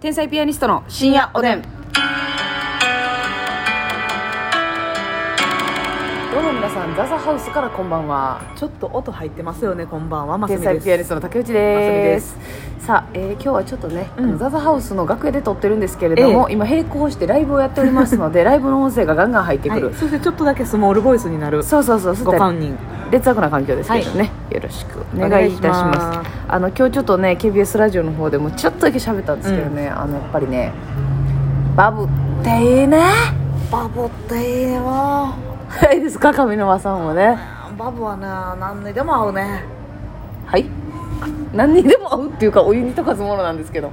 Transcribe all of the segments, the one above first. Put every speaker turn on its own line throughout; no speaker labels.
天才ピアニストの深夜おでんどうも皆さんザザハウスからこんばんは
ちょっと音入ってますよねこんばんはマス
天
ミ
才
です
ピアニストの竹内ですさあ、えー今日はちょっとね、
うん
あのザザハウスの楽屋で撮ってるんですけれども、今並行してライブをやっておりますの でライブの音声がガンガン入ってくる、
はい、そしてちょっとだけスモールボイスになる
そうそうそうそ
ご
したら
本人
劣悪な環境ですけどね、よろしくお願いいたします
お願いします
あの今日ちょっとね KBS ラジオの方でもちょっとだけ喋ったんですけどね、あのやっぱりねバブっていいね
バブっていいわ
はいですか上沼さんもね
バブはね何にでも合うね
はい何にでも合うっていうかお湯に溶かすものなんですけど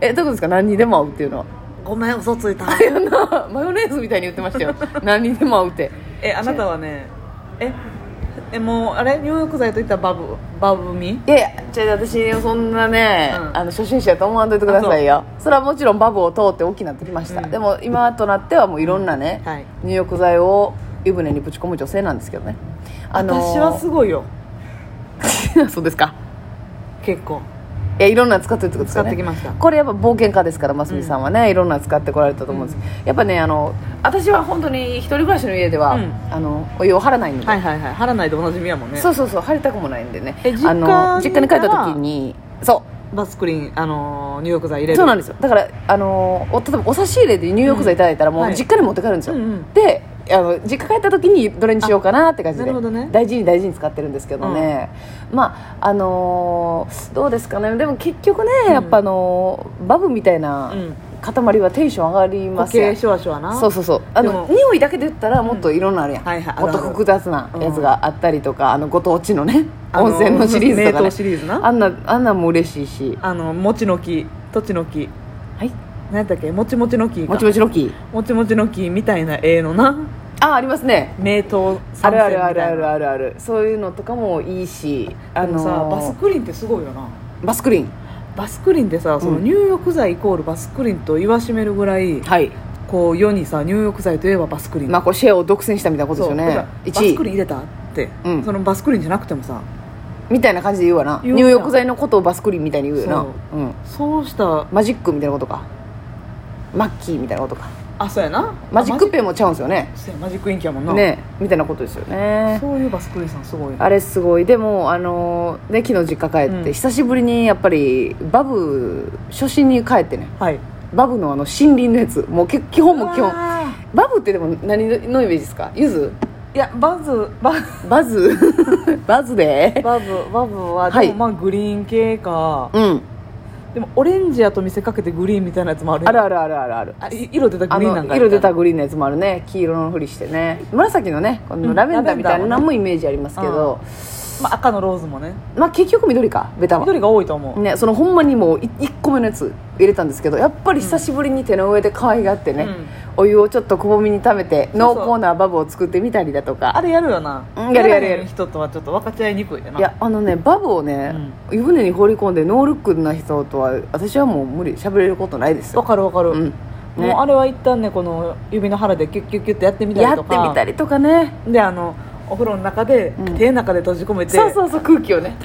えどういうことですか何にでも合うっていうのは
ごめん嘘ついた
いやなマヨネーズみたいに言ってました よ何にでも合うって
えあなたはねええもうあれ入浴剤といったらバブバブミ
いやいやじゃあ私ねそんなね、
うん
あの初心者やと思わんといてくださいよそれはもちろんバブを通って大きなってきました、
うん
でも今となってはもういろんなね、
はい
入浴剤を湯船にぶち込む女性なんですけどねあのー
私はすごいよ
そうですか
結構
いやいろんなの使ってるってことです
使
よ
っ
ね
てきました
これやっぱ冒険家ですからますみさんはね、いろんなの使ってこられたと思うんです、やっぱねあの私は本当に一人暮らしの家では、
うん
あのお湯を張らないので、
はいはいはい腹ないでおなじみやもんね
そうそうそう張りたくもないんでね
え実家
あの実家に帰った時にそう
バスクリーンあのー入浴剤入れる
そうなんですよだからあのお例えばお差し入れで入浴剤いただいたらも
は
う
い
実家に持って帰るんですよ、
うんうん
であの実家帰った時にどれにしようかなって感じで
あなるほどね
大事に大事に使ってるんですけどね、まああのーどうですかねでも結局ね、やっぱあのーバブみたいな
うん
塊はテンション上がり
固
ますよ、
形シュワシュワな
そうそうそうあ
で
の
も
匂いだけで言ったらもっといろんなのあるやん、
うんはいはい
もっと
あるある
複雑なやつがあったりとか、あのご当地のね
あの
温泉のシリーズとか、
名
ね
湯、シリーズな
あんなあんなんも嬉しいし
あの餅の木土地の木
はい
何やったっけもちもちの木か
もちもちロッキー
もちもちの木みたいな絵のな
あありますね
名湯
あ
三
るあ
選み
る
た
あ
いな
るあるあるあるそういうのとかもいいしあ
あ
の
のさバスクリンってすごいよな
バスクリーン
バスクリンってさその
うん
入浴剤イコールバスクリンと言わしめるぐらい
はい
こう世にさ入浴剤といえばバスクリン
まあこうシェアを独占したみたいなことですよ
そうだか
ね
らバ
1
スク
位
リン入れたって
うん
そのバスクリンじゃなくてもさ
みたいな感じで言うわな
言うな
入浴剤のことをバスクリーンみたいに言うよなう、ん、
そうした
マジックみたいなことかマッキーみたいなことか
あそうやな
マジック
ペ
ペンもちゃうんですよね
マジックインキやもんな
ねみたいなことですよね
そういうバスクリンさんすごい
あれすごいでもあのね昨日実家帰って、
うん
久しぶりにやっぱりバブ初心に帰ってね
はい
バブのあの森林のやつもうけ基本も基本
あー
バブってでも何のイメージですかゆず
いやバズバ
バズ バズで
バブバブは
はい
でもまあグリーン系か、
うん
でもオレンジやと見せかけてグリーンみたいなやつもある
あるあるあるあるある
あい色出た
あ
グリーンなん
の
か
色出た
グ
グリーンのやつもあるね黄色のふりしてね紫のねこのラベンダーみたいなのもイメージありますけど、
まあ、赤のローズもね
まあ結局緑かベタは
緑が多いと思う、
ねそのほんまにもう1個目のやつ入れたんですけどやっぱり久しぶりに手の上で可愛がってね、
うん
お湯をちょっとくぼみに溜めて
うそう
濃厚なバブを作ってみたりだとか
あれやるよな
うんやるやるやる
やらへん人とはちょっと分かち合いにくいでない
いやあのねバブをね、湯船に放り込んでノールックな人とは私はもう無理喋れることないです
分
よ、
かる分かる、
うんね
もうあれは一旦ねこの指の腹でキュッキュッキュッってやってみた
や
り
って
とか
みたりとかね
であのお風呂の中で、
うん
手の中で閉じ込めて
そうそうそう空気をね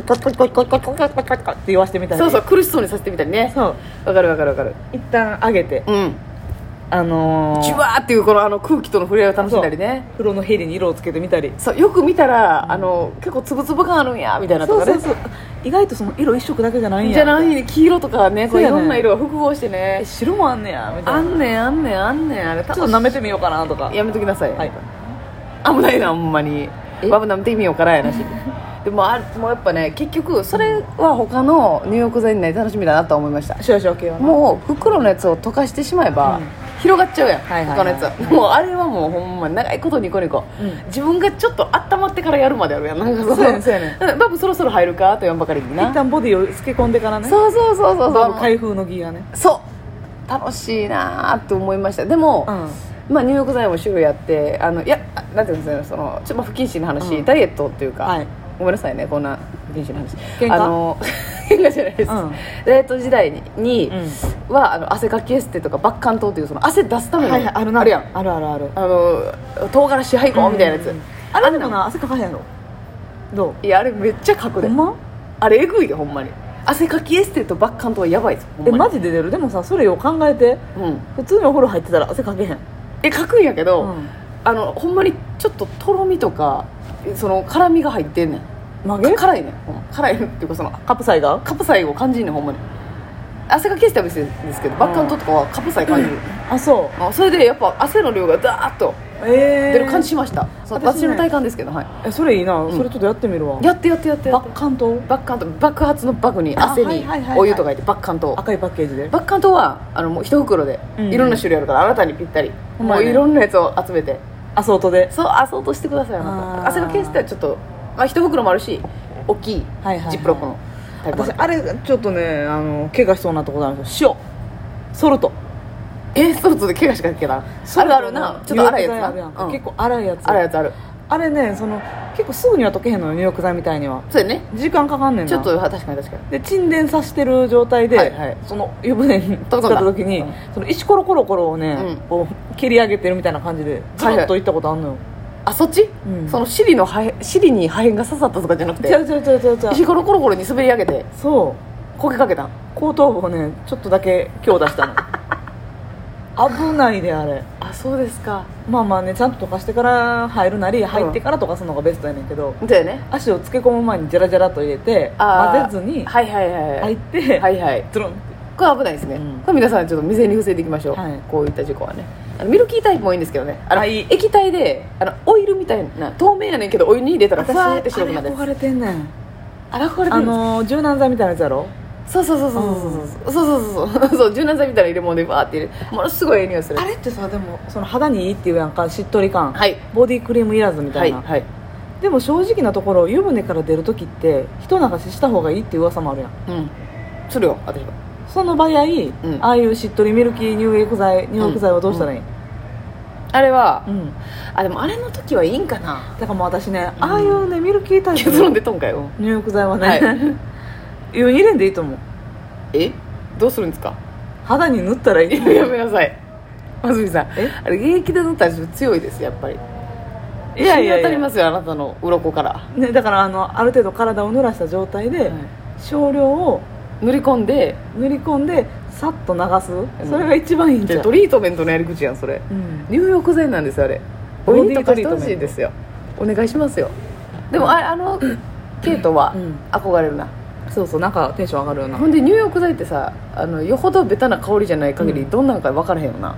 って言わしてみたり
そうそう苦しそうにさせてみたりね
そう
わかるわかるわかる
一旦上げて
うん
あのー
ジュワーっていうこのあの空気との触れ合いを楽しんだりね
風呂のヘリに色をつけてみたり
そうよく見たら、あの結構つぶつぶ感あるんやみたいなと
そう
かね
そうそう意外とその色一色だけじゃないんや
じゃないね黄色とかねこう
そう
い
やね
ろんな色が複合してね
白もあんねやみたいな
あんねんあんねんあんねんあれ
ちょっと舐めてみようかなとか
やめときなさい、
はい
危ないなほんまに
え
バブ舐めてみようからや なしでもあもうやっぱね結局それは他の入浴剤にない楽しみだなと思いました
シュワシュワ系はな
もう袋のやつを溶かしてしまえば、
うん
広がっちゃうやん、
はいはい
他
は
の
い
やつはもうあれはもうほんま長いことニコニコ、
うん
自分がちょっと温まってからやるまでやるやんなんか
そうやねんそうやね
うんバブそろそろ入るかと言わんばかりにな
一旦ボディをつけ込んでからね
そうそうそうそう
バブ
そう
開封の儀がね
そう楽しいなーって思いましたでも、
ん
まあ、入浴剤も種類あってあのいやあなんていうんですかねそのちょっとまあ不謹慎な話、
うん
ダイエットっていうか、
はい
ごめんなさいねこんな不謹慎な話
喧嘩
あの 喧嘩じゃないです、
うん
ダイエット時代にに
うん
はあの汗かきエステとかバッカン糖っていうその汗出すための、
はいはいあるな
あるやん
あるあるある
あの唐辛子配合みたいなやつ、
うんあれでもな汗かかへんのど
いやあれめっちゃ格
う
で
ほんま
あれえぐいよほんまに汗かきエステとバッカンとはやばいですほん
え
まに
マジで出るでもさそれよ考えて
うん
普通にお風呂入ってたら汗かけへん、
えかくんやけど、
うん
あのほんまにちょっととろみとかその辛みが入ってんねん
曲げ
か辛いねんほんま辛い っていうかその
カプサイが
カプサイを感じんねんほんまに汗かきエステは別ですけどバッカンととかはカプサイ感じる、
あそ
あそれでやっぱ汗の量がダーッと
うええ
出る感じしました、そう
私
私
ね
の体感ですけどはい
えそれいいな、
ん
それちょっとやってみるわ
やってやってやってや
バ
って
ッカンと
バッカンと爆発の爆に
あ
汗
はい
に
はいはいはい
お湯と書いてバッカンと
赤いパッケージで
バッカンとはあのもう一袋で
うん
いろんな種類あるからあなたにぴったり、
ほん
も
まや
う
ね
いろんなやつを集めて
アソートで
そうあそうとしてくださいあなた
あー
汗が消してはちょっと、まあ、一袋もあるし大きいジ
はいはいはい
ップロックのタイプもあ
私
る
あれちょっとねあの怪我しそうなとこなんですよ塩ソルト
えー、そうそうで怪我しかけたあるあるなちょっと粗いやつな、
な
うん
結構粗いやつ
粗いやつある
あれねその結構すぐには溶けへんのよ入浴剤みたいには
そうやね
時間かかんねんな
ちょっと確かに確かに
で沈殿さしてる状態で、
はいはい
その湯船に浸った時に、
うん
その石ころころころをね、
うん
こう蹴り上げてるみたいな感じでず
はい
っと行ったことあんのよ、
あそっち、
うん
その尻の破片尻に破片が刺さったとかじゃなく
ちゃ
て
うちゃうちゃうちゃ うちゃう
石ころコロコロに滑り上げて
そう
こけかけたん
後頭部をねちょっとだけ強 打したの危ないであれ
あそうですか
まあまあねちゃんと溶かしてから入るなり入ってから溶かすのがベストやねんけど、
だよね
足をつけ込む前にジャラジャラと入れて
あー
混ぜずに
はいはいはいは
入
い
って、
はいはい
ドロンっ
これ危ないですね、
うん
これ皆さんちょっと未然に防いでいきましょう、
はい
こういった事故はねあのミルキータイプもいいんですけどねあの、
あいい
液体であのオイルみたいな透明やねんけどお湯に入れたらふ
て
わーって白くな
あれ
る
憧れてんねん
あらこれて
あ
るんです
のー柔軟剤みたいなやつやろ
そうそうそうそうそうそうそうそうそうそうそう柔軟剤みたいな入れ物でバーって入れるものすごいええ匂いする
あれってさでもその肌にいいっていうやんかしっとり感、
はい
ボディクリームいらずみた
はいい
な、
はい
でも正直なところ湯船から出る時って人流しした方がいいっていう噂もあるやん
うんするよ私は
その場合、
ん
ああいうしっとりミルキー入浴剤入浴剤はどうしたらいい、
あれは、
うん
あでもあれの時はいいんかな
だからもう私ね、ああいうねミルキータイプ
結論
の
出とんかよ
入浴剤はね、
はい
湯に入れんでいいと思う
えどうするんですか
肌に塗ったらいい
やめなさい安住さん
え
あれ現役で塗ったら強いですやっぱり
いやいやい
一
や
緒に当たりますよあなたの鱗から、
ね、だからあのある程度体を濡らした状態で、少量を
塗り込んで
塗り込んでさっと流す、
うん
それが一番いいんじ
で
ゃん
トリートメントのやり口やんそれ
うん
入浴剤なんですよあれ
ボ
ボ
デ
ディ
ィー
ー
ト
ト
リ
リー
ート
ト
メント
メントですよお願いしますよでもああのケイトは
うん
憧れるな、
そうそうなんかテンション上がるよな
ほんで入浴剤ってさあのよほどベタな香りじゃない限
う
り
ん
どんなんか分からへんよな、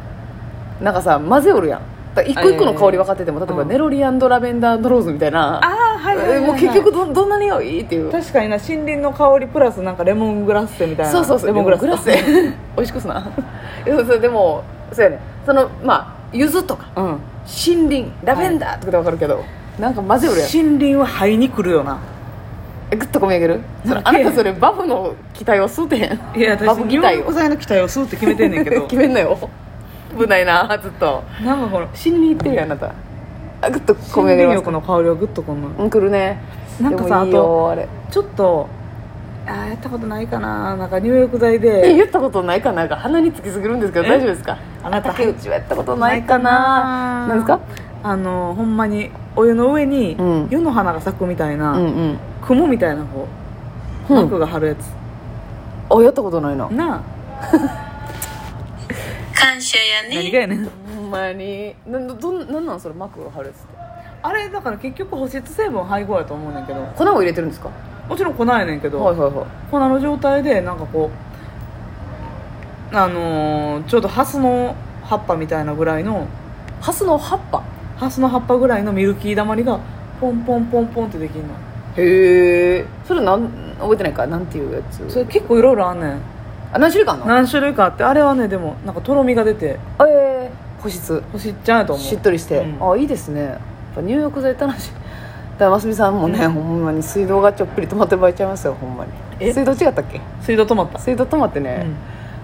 なんかさ混ぜおるやんだから一個一個の香り分かってても、
ええ
例えば、
うん
ネロリアンドラベンダードローズみたいな
ああは
えもう結局どどんなに良いっていう
確かにな森林の香りプラスなんかレモングラッセみたいな
そうそうそう
レモングラッセ
でもグラス美味しくす ないやそうそうでもそうやねそのまあ柚子とか
うん
森林ラベンダーとかで分かるけど、なんか混ぜおるやん
森林は肺に来るよな
えグッとこみ上げる それあなたそれバブの期待を吸うてへん
いや私
バブ期待
入浴
を
剤の期待をする って決めてんねんけど
決めんなよ危ないなずっと
なんかこの
死に行ってるやんあなたあグッとこみ
森
上げ
林
ます
浴の香りはグッとこんの
うんくるね
なんか
でも
さ
いいよあれ
ちょっとあーやったことないかななんか入浴剤で
え言ったことないかななんか鼻につきすぎるんですけど
え
大丈夫ですか
あなた
竹内はやったことないかななんですか
あのほんまにお湯の上に
うん
湯の花が咲くみたいな、
うんうん
雲みたいなこう
うん
膜が張るやつ、
あやったことないな
なあ 感謝やね何がやねん
ほんまになどんなんなんそれ膜を張るやつって
あれだから結局保湿成分配合やと思うねんけど
粉を入れてるんですか
もちろん粉やねんけど、
はいはいはい
粉の状態でなんかこうあのーちょうどハスの葉っぱみたいなぐらいの
ハスの葉っぱ
ハスの葉っぱぐらいのミルキーだまりがポンポンポンポンってできるの
へえそれなん覚えてないかなんていうやつ
それ結構いろいろあんねん
あ何種類かあんの
何種類かあってあれはねでもなんかとろみが出て
えー、保湿
干しっちゃうやと思う
しっとりして、
うん
あいいですねやっぱ入浴剤楽しいだからますみさんもね、
うん
ほんまに水道がちょっぴり止まってばいちゃいますよほんまに
え
水道違ったっけ
水道止まった、
水道止まって
う
ね、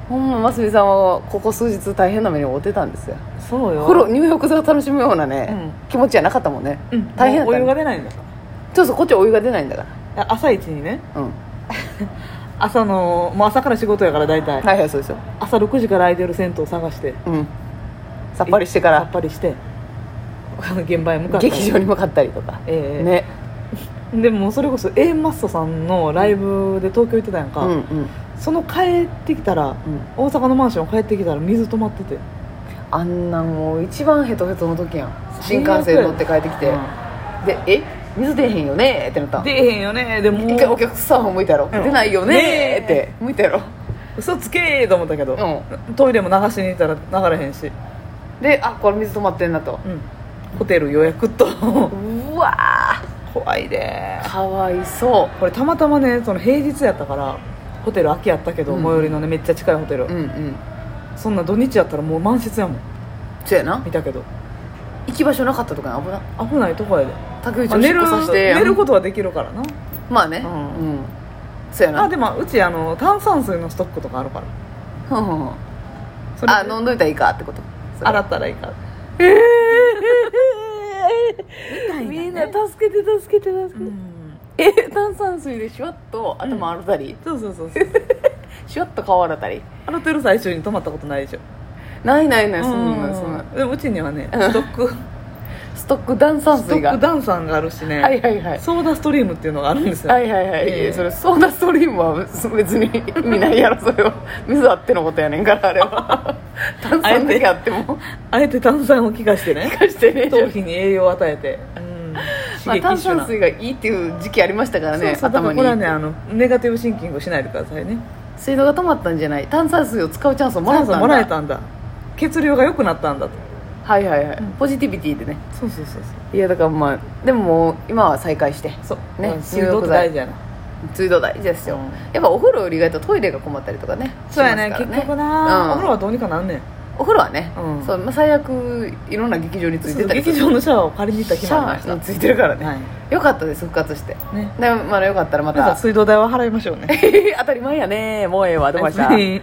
ん
ほんまますみさんはここ数日大変な目に遭ってたんですよ
そうよ
風呂入浴剤を楽しむようなね、
う
気持ちじゃなかったもんね
うん
大変だったね
もうお湯が出ないんだか
そうそうこっちはお湯が出ないんだから
朝一にね
らうん
朝のもう朝から仕事やから大体
はいはいそうですよ
朝6時から空いてる銭湯探して
うんさっぱりしてか
さ
ら
っぱりして現場へ向かって
劇場に向かったりとか
ええ
ね
でもそれこそ A マストさんのライブで東京行ってたやんか、
うんうん
その帰ってきたら
うん
大阪のマンション帰ってきたら水止まってて
あんなんもう一番ヘトヘトの時やん新幹線乗って帰ってきて、で「え水出えへんよね」ってなった
出えへんよねでも
一回お客さんを向いたやろ、
うん
出ないよねーって
ね
向いたやろ、
嘘つけーと思ったけど、
う
トイレも流しに行ったら流れへんし、
ん、であこれ水止まってんなと
うん、ホテル予約と
うわ
怖いで
ーかわいそ
これたまたまねその平日やったからホテル空きやったけど、
うん
最寄りのねめっちゃ近いホテル、
ううんうん
そんな土日やったらもう満室やもん
そうやな
見たけど
行き場所なかったとかな危な
危ないとこやで、
竹内
ま
を
あ
寝
寝る
るさせて
寝ることはできるからな
まあねう
うんん、
そうやな
あでもうちあの炭酸水のストックとかあるから
ふんふんふん
それ
あ飲んどいたらいいかってこと
洗ったらいいから
それ
みたいなね
みんな助けて助けて助けて、
ん
え炭酸水でシュワッと頭洗ったり、
そうそうそうそう
シュワッと顔洗ったり
洗ってる最中に泊まったことないでしょ
ないないないそんなそんな
うんでもうちにはねストック
ストック炭酸
スト
水
ッ
が
クダンサーがあるしね、
はいはいはい
ソーダストリームっていうのがあるんですよ、
はいはいはい、
ええ
それソーダストリームは 別に意味ないやろそれは水あってのことやねんからあれ は炭酸だけあっても
あえて炭酸を気化してね
貸してね
頭皮に栄養を与えて、うん、
まあ、炭酸水が
が
いいっていう時期ありましたからね
そうそうだか
頭
らこ
に
れはねあのネガティブシンキングしないでくださいね
水道が止まったんじゃない炭酸水を使うチャンスをもらっ
炭
たんだ
酸もらえたんだ血流が良くなったんだと
はいはいはい、
うん
ポジティビティでね
そうそうそう
いやだからまあでももう今は再開して
そうそう
ね
うん水道って大事やな
水道大事ですよ、
うん
やっぱお風呂より意外とトイレが困ったりとかね
そうやね
しますから
結局な、
うん
お風呂はどうにかなんねん
お風呂はね、
うん
そうまあ、最悪いろんな劇場についてたり
劇場のシャワーを借りに行った
シ
日
ャ
もあり
ワ
ました
ーについてるからね、
はい
よかったです復活して
ね
でまだよかったらま
また
た
水道代は払いましょうね
当たり前やねもうええわどうました
はい